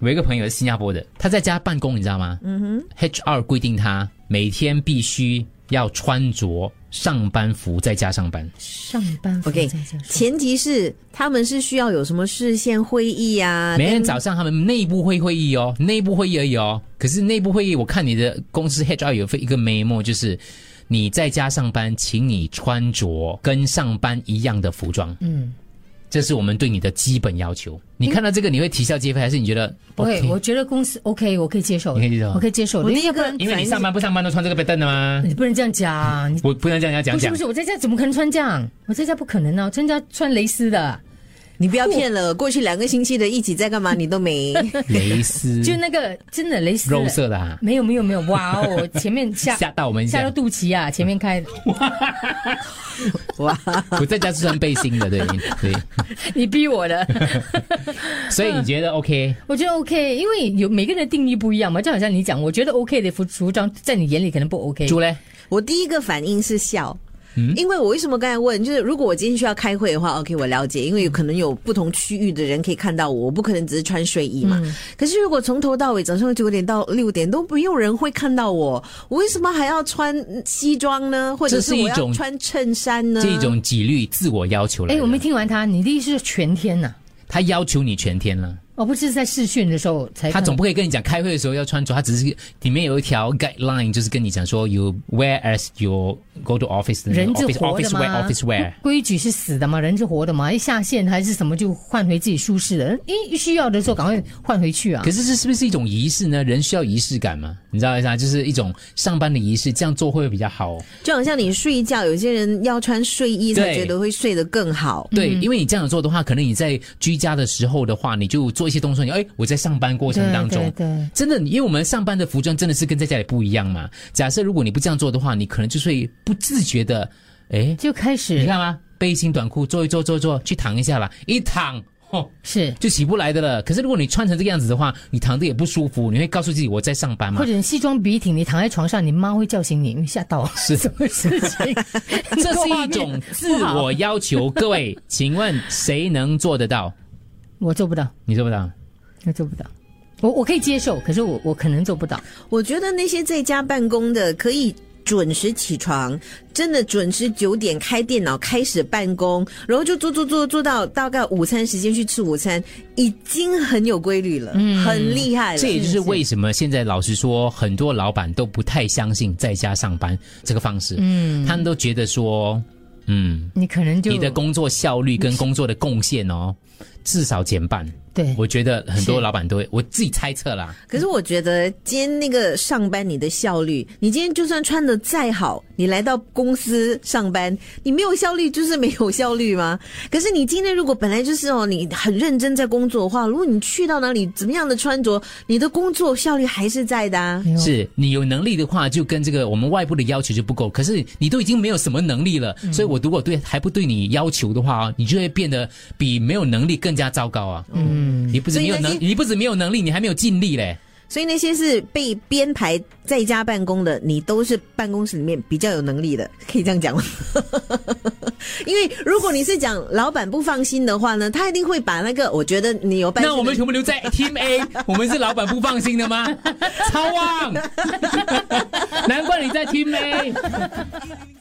我有一个朋友是新加坡的，他在家办公，你知道吗？嗯哼，HR 规定他每天必须要穿着上班服在家上班。上班族 OK，在家上前提是他们是需要有什么视线会议啊，每天跟早上他们内部会会议哦，内部会议而已哦。可是内部会议，我看你的公司 HR 有一个 memo，就是你在家上班，请你穿着跟上班一样的服装。嗯，这是我们对你的基本要求。你看到这个，你会啼笑皆非，还是你觉得不会 OK？我觉得公司 OK，我可以接受，你可以接受我可以接受的，我因第为一要不个然，因为你反上班不上班都穿这个背凳的吗？你不能这样讲，你我不能这样讲不是讲不。是，我在家怎么可能穿这样？我在家不可能啊，我在家穿蕾丝的，你不要骗了，过去两个星期的一起在干嘛你都 没，蕾丝，就那个真的蕾丝嗯肉色的、啊，没有没有没有，哇 哦，前面下吓到我们一下下嗯到。肚脐啊，前面开，哇， 我在家是穿背心 的，对对。你逼我 的，所以你觉得 OK？我觉得 OK，因为有每个人的定义不一样嘛，就好像你讲，我觉得 OK 的服服装，在你眼里可能不 OK，猪嘞？我第一个反应是笑。嗯因为我为什么刚才问，就是如果我今天需要开会的话，OK，我了解，因为有可能有不同区域的人可以看到我，我不可能只是穿睡衣嘛。嗯可是如果从头到尾早上九点到六点都没有人会看到我，我为什么还要穿西装呢？或者这是是一我要种穿衬衫呢？这一种纪律自我要求来哎、的。我没听完他，你的意思是全天呐、他要求你全天了，我不是在试训的时候才他看到总不可以跟你讲开会的时候要穿着，他只是里面有一条 guideline，就是跟你讲说 you wear as you go to office 的那人种是 office 活 office 的 wear 吗 office wear。规矩是死的嘛，人是活的嘛，一下线还是什么就换回自己舒适的，嗯一需要的时候赶快换回去啊可。是这是不是一种仪式呢？人需要仪式感嘛？你知道意思啊？就是一种上班的仪式，这样做会不会比较好？就好像你睡觉，有些人要穿睡衣才对觉得会睡得更好。对，嗯因为你这样做的话，可能你在居家的时候的话，你就做一些动作，你哎，我在上班过程当中，对对对真的，因为我们上班的服装真的是跟在家里不一样嘛。假设如果你不这样做的话，你可能就是会不自觉的，哎，就开你始看吗？背心短裤做一做做一做，去躺一下啦，一躺。哦，是，就起不来的了。可是如果你穿成这个样子的话，你躺着也不舒服。你会告诉自己我在上班嘛或？者你西装笔挺，你躺在床上，你妈会叫醒你，因为吓到是 什么事情？ 这是画一面种自不好我要 求。各位，请问谁能做得到？我做不到，你做不到？我做不到。我我可以接受，可是我我可能做不到。我觉得那些在家办公的可以。准时起床，真的准时九点开电脑开始办公，然后就做做做做到大概午餐时间去吃午餐，已经很有规律了，很厉害了。嗯这也就是为什么现在老实说，很多老板都不太相信在家上班这个方式。嗯，他们都觉得说，嗯，你可能就你的工作效率跟工作的贡献哦，至少减半。对我觉得很多是老板都会，我自己猜测啦。可是我觉得今天那个上班，你的效率，你今天就算穿的再好，你来到公司上班，你没有效率就是没有效率吗？ 可是你今天如果本来就是哦，你很认真在工作的话，如果你去到哪里怎么样的穿着，你的工作效率还是在的啊。没有是你有能力的话，就跟这个我们外部的要求就不够。可是你都已经没有什么能力了，所以我如果对还不对你要求的话，你就会变得比没有能力更加糟糕啊！嗯，你不止没有所以那能，些你不止没有能力，你还没有尽力嘞。所以那些是被编排在家办公的，你都是办公室里面比较有能力的，可以这样讲吗？ 因为如果你是讲老板不放心的话呢，他一定会把那个我觉得你有办那公我们全部留在 Team A，我们是老板不放心的 吗？超旺，难怪你在 Team A。